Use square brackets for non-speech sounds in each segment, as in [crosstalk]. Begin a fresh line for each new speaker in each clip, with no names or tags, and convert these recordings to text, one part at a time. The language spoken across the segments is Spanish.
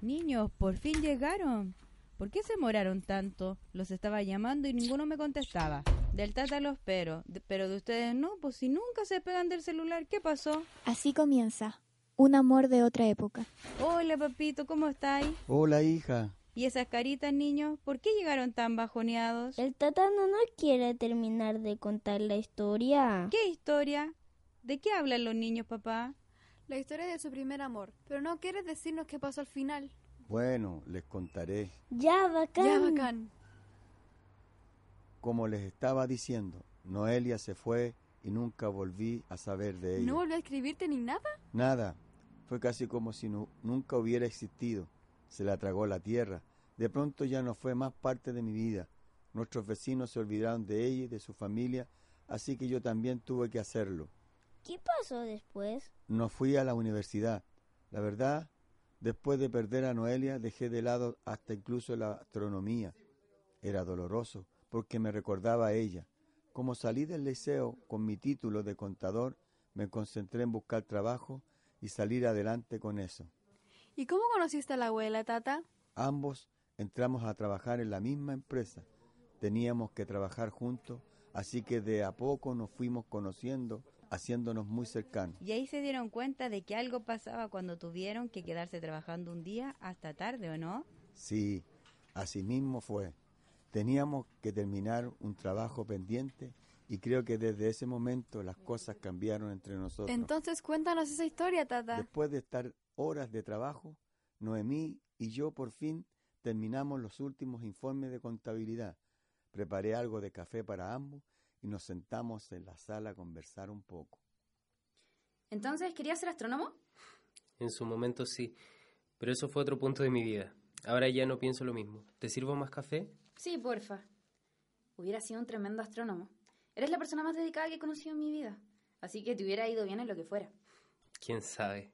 Niños, por fin llegaron. ¿Por qué se moraron tanto? Los estaba llamando y ninguno me contestaba. Del tata los pero, de- pero de ustedes no, pues si nunca se pegan del celular, ¿qué pasó?
Así comienza. Un amor de otra época.
Hola papito, ¿cómo estáis?
Hola, hija.
¿Y esas caritas, niños? ¿Por qué llegaron tan bajoneados?
El tata no nos quiere terminar de contar la historia.
¿Qué historia? ¿De qué hablan los niños, papá?
La historia de su primer amor, pero no quiere decirnos qué pasó al final.
Bueno, les contaré.
Ya, bacán.
Ya bacán.
Como les estaba diciendo, Noelia se fue y nunca volví a saber de ella.
¿No volvió a escribirte ni nada?
Nada. Fue casi como si nu- nunca hubiera existido. Se la tragó la tierra. De pronto ya no fue más parte de mi vida. Nuestros vecinos se olvidaron de ella y de su familia, así que yo también tuve que hacerlo.
¿Qué pasó después?
No fui a la universidad. La verdad, después de perder a Noelia, dejé de lado hasta incluso la astronomía. Era doloroso porque me recordaba a ella. Como salí del liceo con mi título de contador, me concentré en buscar trabajo y salir adelante con eso.
¿Y cómo conociste a la abuela, tata?
Ambos entramos a trabajar en la misma empresa. Teníamos que trabajar juntos, así que de a poco nos fuimos conociendo, haciéndonos muy cercanos.
Y ahí se dieron cuenta de que algo pasaba cuando tuvieron que quedarse trabajando un día hasta tarde, ¿o no?
Sí, así mismo fue. Teníamos que terminar un trabajo pendiente y creo que desde ese momento las cosas cambiaron entre nosotros.
Entonces cuéntanos esa historia, tata.
Después de estar horas de trabajo, Noemí y yo por fin terminamos los últimos informes de contabilidad. Preparé algo de café para ambos y nos sentamos en la sala a conversar un poco.
Entonces, ¿querías ser astrónomo?
En su momento sí, pero eso fue otro punto de mi vida. Ahora ya no pienso lo mismo. ¿Te sirvo más café?
Sí, porfa. Hubiera sido un tremendo astrónomo. Eres la persona más dedicada que he conocido en mi vida. Así que te hubiera ido bien en lo que fuera.
¿Quién sabe?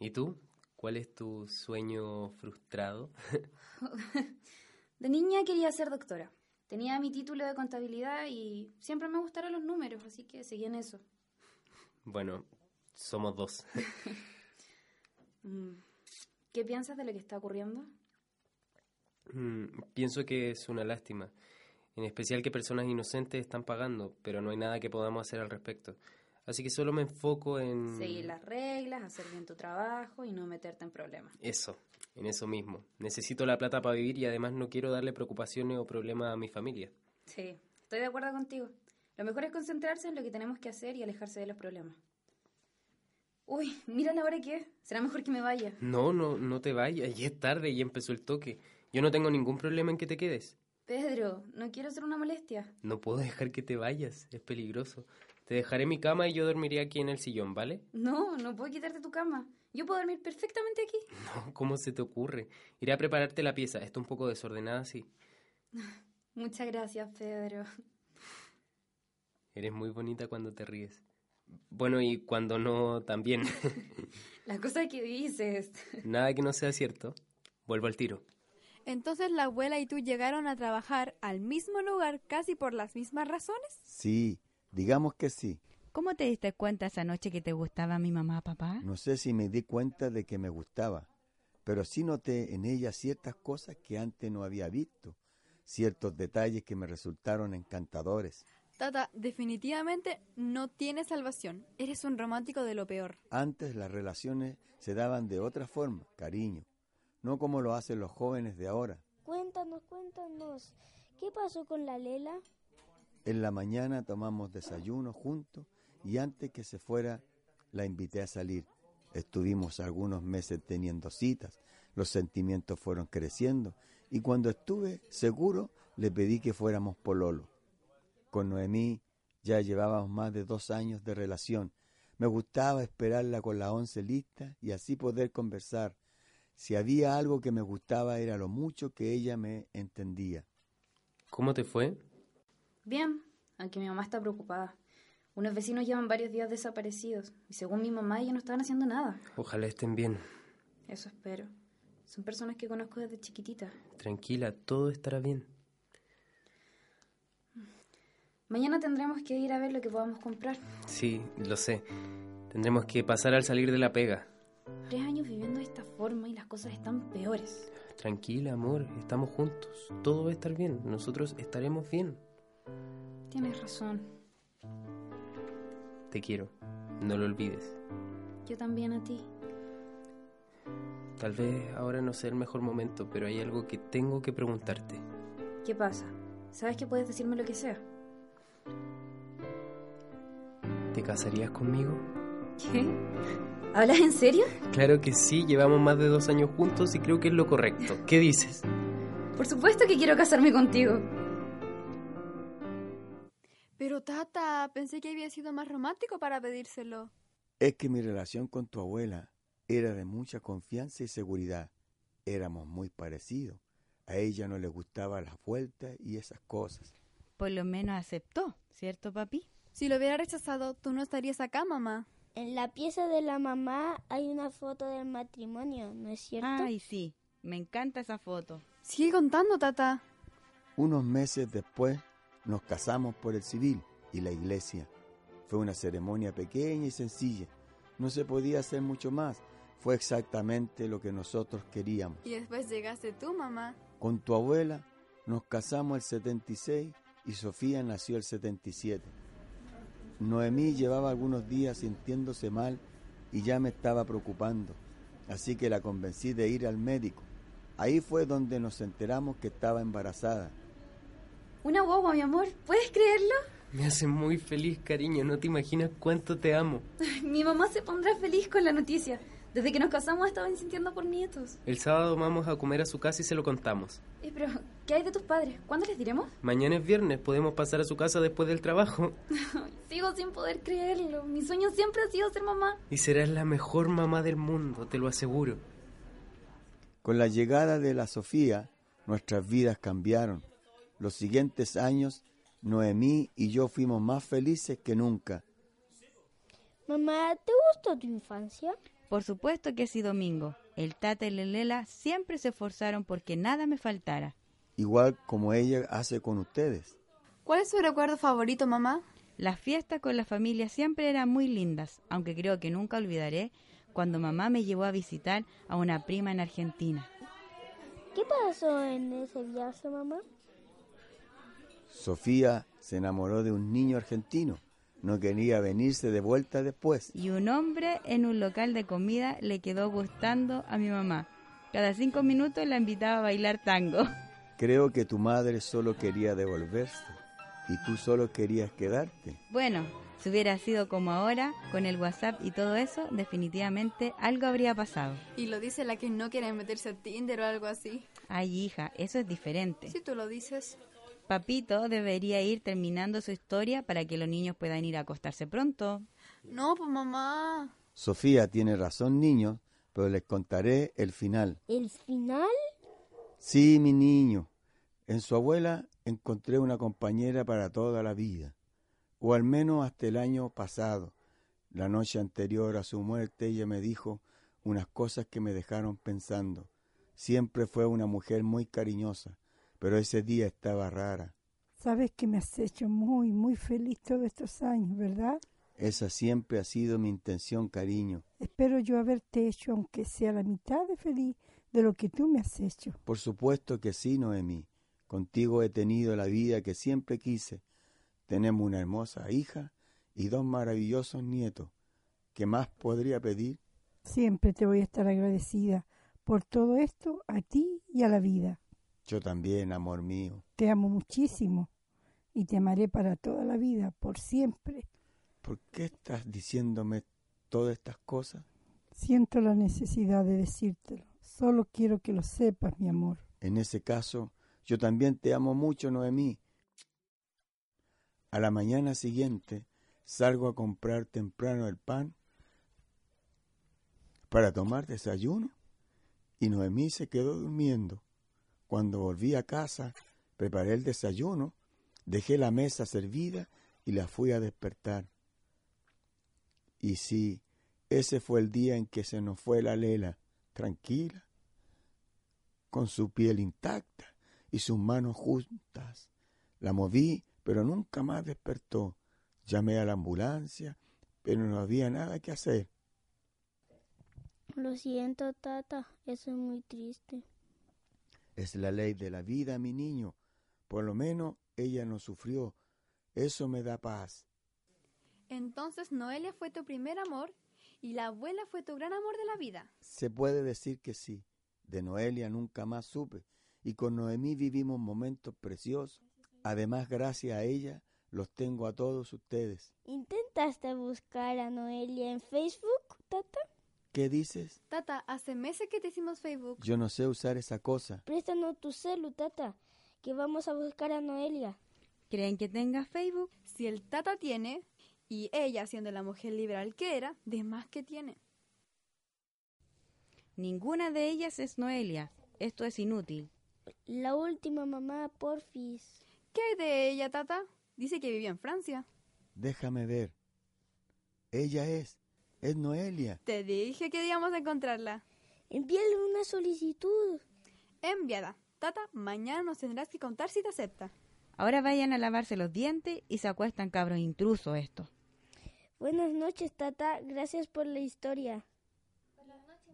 ¿Y tú? ¿Cuál es tu sueño frustrado? [laughs]
De niña quería ser doctora. Tenía mi título de contabilidad y siempre me gustaron los números, así que seguí en eso.
Bueno, somos dos. [laughs]
Mm. ¿Qué piensas de lo que está ocurriendo?
Mm, Pienso que es una lástima, en especial que personas inocentes están pagando, pero no hay nada que podamos hacer al respecto. Así que solo me enfoco en...
Seguir las reglas, hacer bien tu trabajo y no meterte en problemas.
Eso, en eso mismo. Necesito la plata para vivir y además no quiero darle preocupaciones o problemas a mi familia.
Sí, estoy de acuerdo contigo. Lo mejor es concentrarse en lo que tenemos que hacer y alejarse de los problemas. Uy, mira la hora que es. Será mejor que me vaya.
No, no, no te vayas, ya es tarde y empezó el toque. Yo no tengo ningún problema en que te quedes.
Pedro, no quiero ser una molestia.
No puedo dejar que te vayas, es peligroso. Te dejaré mi cama y yo dormiré aquí en el sillón, ¿vale? [laughs]
No, no puedo quitarte tu cama. Yo puedo dormir perfectamente aquí.
No, ¿cómo se te ocurre? Iré a prepararte la pieza, está un poco desordenada, sí.
Muchas gracias, Pedro.
Eres muy bonita cuando te ríes. Bueno, y cuando no, también. [laughs]
Las cosas que dices.
Nada que no sea cierto. Vuelvo al tiro.
Entonces la abuela y tú llegaron a trabajar al mismo lugar casi por las mismas razones.
Sí, digamos que sí.
¿Cómo te diste cuenta esa noche que te gustaba mi mamá, papá?
No sé si me di cuenta de que me gustaba, pero sí noté en ella ciertas cosas que antes no había visto, ciertos detalles que me resultaron encantadores.
Tata, definitivamente no tienes salvación. Eres un romántico de lo peor.
Antes las relaciones se daban de otra forma, cariño, no como lo hacen los jóvenes de ahora.
Cuéntanos, cuéntanos. ¿Qué pasó con la Lela?
En la mañana tomamos desayuno juntos y antes que se fuera la invité a salir. Estuvimos algunos meses teniendo citas, los sentimientos fueron creciendo y cuando estuve seguro le pedí que fuéramos pololo. Con Noemí ya llevábamos más de dos años de relación, Me gustaba esperarla con la once lista y así poder conversar. Si había algo que me gustaba era lo mucho que ella me entendía.
¿Cómo te fue?
Bien, aunque mi mamá está preocupada. Unos vecinos llevan varios días desaparecidos y según mi mamá ellos no estaban haciendo nada.
Ojalá estén bien.
Eso espero. Son personas que conozco desde chiquitita.
Tranquila, todo estará bien.
Mañana tendremos que ir a ver lo que podamos comprar.
Sí, lo sé. Tendremos que pasar al salir de la pega.
Tres años viviendo de esta forma y las cosas están peores.
Tranquila, amor, estamos juntos. Todo va a estar bien. Nosotros estaremos bien.
Tienes razón.
Te quiero. No lo olvides.
Yo también a ti.
Tal vez ahora no sea el mejor momento, pero hay algo que tengo que preguntarte.
¿Qué pasa? ¿Sabes que puedes decirme lo que sea?
¿Te casarías conmigo?
¿Qué? ¿Hablas en serio?
Claro que sí, llevamos más de dos años juntos y creo que es lo correcto. ¿Qué dices?
Por supuesto que quiero casarme contigo.
Pero tata, pensé que había sido más romántico para pedírselo.
Es que mi relación con tu abuela era de mucha confianza y seguridad. Éramos muy parecidos. A ella no le gustaban las vueltas y esas cosas.
Por lo menos aceptó, ¿cierto, papi?
Si lo hubiera rechazado, tú no estarías acá, mamá.
En la pieza de la mamá hay una foto del matrimonio, ¿no es cierto?
Ay, sí, me encanta esa foto.
Sigue contando, tata.
Unos meses después nos casamos por el civil y la iglesia. Fue una ceremonia pequeña y sencilla. No se podía hacer mucho más. Fue exactamente lo que nosotros queríamos.
Y después llegaste tú, mamá.
Con tu abuela nos casamos el 76 y Sofía nació el 77. Noemí llevaba algunos días sintiéndose mal y ya me estaba preocupando, así que la convencí de ir al médico. Ahí fue donde nos enteramos que estaba embarazada.
Una guagua, mi amor. ¿Puedes creerlo?
Me hace muy feliz, cariño. No te imaginas cuánto te amo.
Mi mamá se pondrá feliz con la noticia. Desde que nos casamos ha estado insistiendo por nietos.
El sábado vamos a comer a su casa y se lo contamos.
Eh, pero, ¿qué hay de tus padres? ¿Cuándo les diremos?
Mañana es viernes, podemos pasar a su casa después del trabajo.
Sigo sin poder creerlo. Mi sueño siempre ha sido ser mamá.
Y serás la mejor mamá del mundo, te lo aseguro.
Con la llegada de la Sofía, nuestras vidas cambiaron. Los siguientes años, Noemí y yo fuimos más felices que nunca.
Mamá, ¿te gustó tu infancia?
Por supuesto que sí, Domingo. El Tata y la Lela siempre se esforzaron porque nada me faltara.
igual como ella hace con ustedes.
¿Cuál es tu recuerdo favorito, mamá?
Las fiestas con la familia siempre eran muy lindas, aunque creo que nunca olvidaré cuando mamá me llevó a visitar a una prima en Argentina.
¿Qué pasó en ese viaje, mamá?
Sofía se enamoró de un niño argentino. No quería venirse de vuelta después.
Y un hombre en un local de comida le quedó gustando a mi mamá. Cada cinco minutos la invitaba a bailar tango. [laughs]
Creo que tu madre solo quería devolverse y tú solo querías quedarte.
Bueno, si hubiera sido como ahora, con el WhatsApp y todo eso, definitivamente algo habría pasado.
Y lo dice la que no quiere meterse a Tinder o algo así.
Ay, hija, eso es diferente.
Si tú lo dices.
Papito debería ir terminando su historia para que los niños puedan ir a acostarse pronto.
No, pues mamá.
Sofía tiene razón, niños, pero les contaré el final.
¿El final?
Sí, mi niño. En su abuela encontré una compañera para toda la vida, o al menos hasta el año pasado. La noche anterior a su muerte ella me dijo unas cosas que me dejaron pensando. Siempre fue una mujer muy cariñosa, pero ese día estaba rara.
Sabes que me has hecho muy, muy feliz todos estos años, ¿verdad?
Esa siempre ha sido mi intención, cariño.
Espero yo haberte hecho, aunque sea la mitad de feliz, de lo que tú me has hecho.
Por supuesto que sí, Noemí. Contigo he tenido la vida que siempre quise. Tenemos una hermosa hija y dos maravillosos nietos. ¿Qué más podría pedir?
Siempre te voy a estar agradecida por todo esto a ti y a la vida.
Yo también, amor mío.
Te amo muchísimo y te amaré para toda la vida, por siempre.
¿Por qué estás diciéndome todas estas cosas?
Siento la necesidad de decírtelo. Solo quiero que lo sepas, mi amor.
En ese caso, yo también te amo mucho, Noemí. A la mañana siguiente Salgo a comprar temprano el pan para tomar desayuno y Noemí se quedó durmiendo. Cuando volví a casa, preparé el desayuno, dejé la mesa servida y la fui a despertar. Y sí, ese fue el día en que se nos fue la Lela, tranquila, con su piel intacta y sus manos juntas. La moví, pero nunca más despertó. Llamé a la ambulancia, pero no había nada que hacer.
Lo siento, tata, eso es muy triste.
Es la ley de la vida, mi niño. Por lo menos ella no sufrió. Eso me da paz.
Entonces Noelia fue tu primer amor y la abuela fue tu gran amor de la vida.
Se puede decir que sí. De Noelia nunca más supe y con Noemí vivimos momentos preciosos. Además, gracias a ella, los tengo a todos ustedes.
¿Intentaste buscar a Noelia en Facebook, tata?
¿Qué dices?
Tata, hace meses que te hicimos Facebook.
Yo no sé usar esa cosa.
Préstanos tu celu, tata, que vamos a buscar a Noelia.
¿Creen que tenga Facebook?
Si el tata tiene, y ella siendo la mujer liberal que era, de más que tiene.
Ninguna de ellas es Noelia. Esto es inútil.
La última mamá, porfis.
¿Qué hay de ella, tata? Dice que vivía en Francia.
Déjame ver. Ella es. Es Noelia.
Te dije que íbamos a encontrarla.
Envíale una solicitud.
Enviada. Tata, mañana nos tendrás que contar si te acepta.
Ahora vayan a lavarse los dientes y se acuestan cabros intrusos esto.
Buenas noches, tata. Gracias por la historia.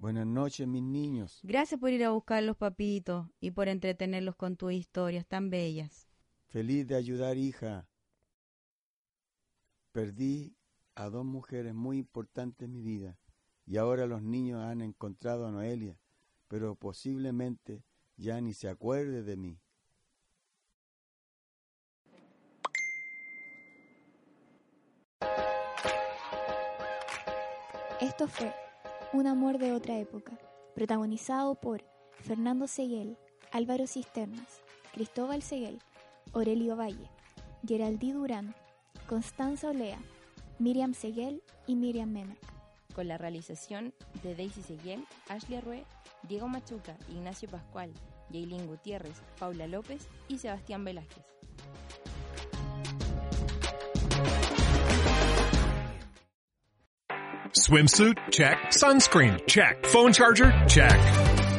Buenas noches, mis niños.
Gracias por ir a buscar los papitos y por entretenerlos con tus historias tan bellas.
Feliz de ayudar, hija. Perdí a dos mujeres muy importantes en mi vida y ahora los niños han encontrado a Noelia, pero posiblemente ya ni se acuerde de mí.
Esto fue Un amor de otra época, protagonizado por Fernando Seguel, Álvaro Cisternas, Cristóbal Seguel, Aurelio Valle, Geraldí Durán, Constanza Olea, Miriam Seguel y Miriam Menac.
Con la realización de Daisy Seguel, Ashley Arrué, Diego Machuca, Ignacio Pascual, Jaylin Gutiérrez, Paula López y Sebastián Velázquez.
Swimsuit? Check. Sunscreen? Check. Phone charger? Check.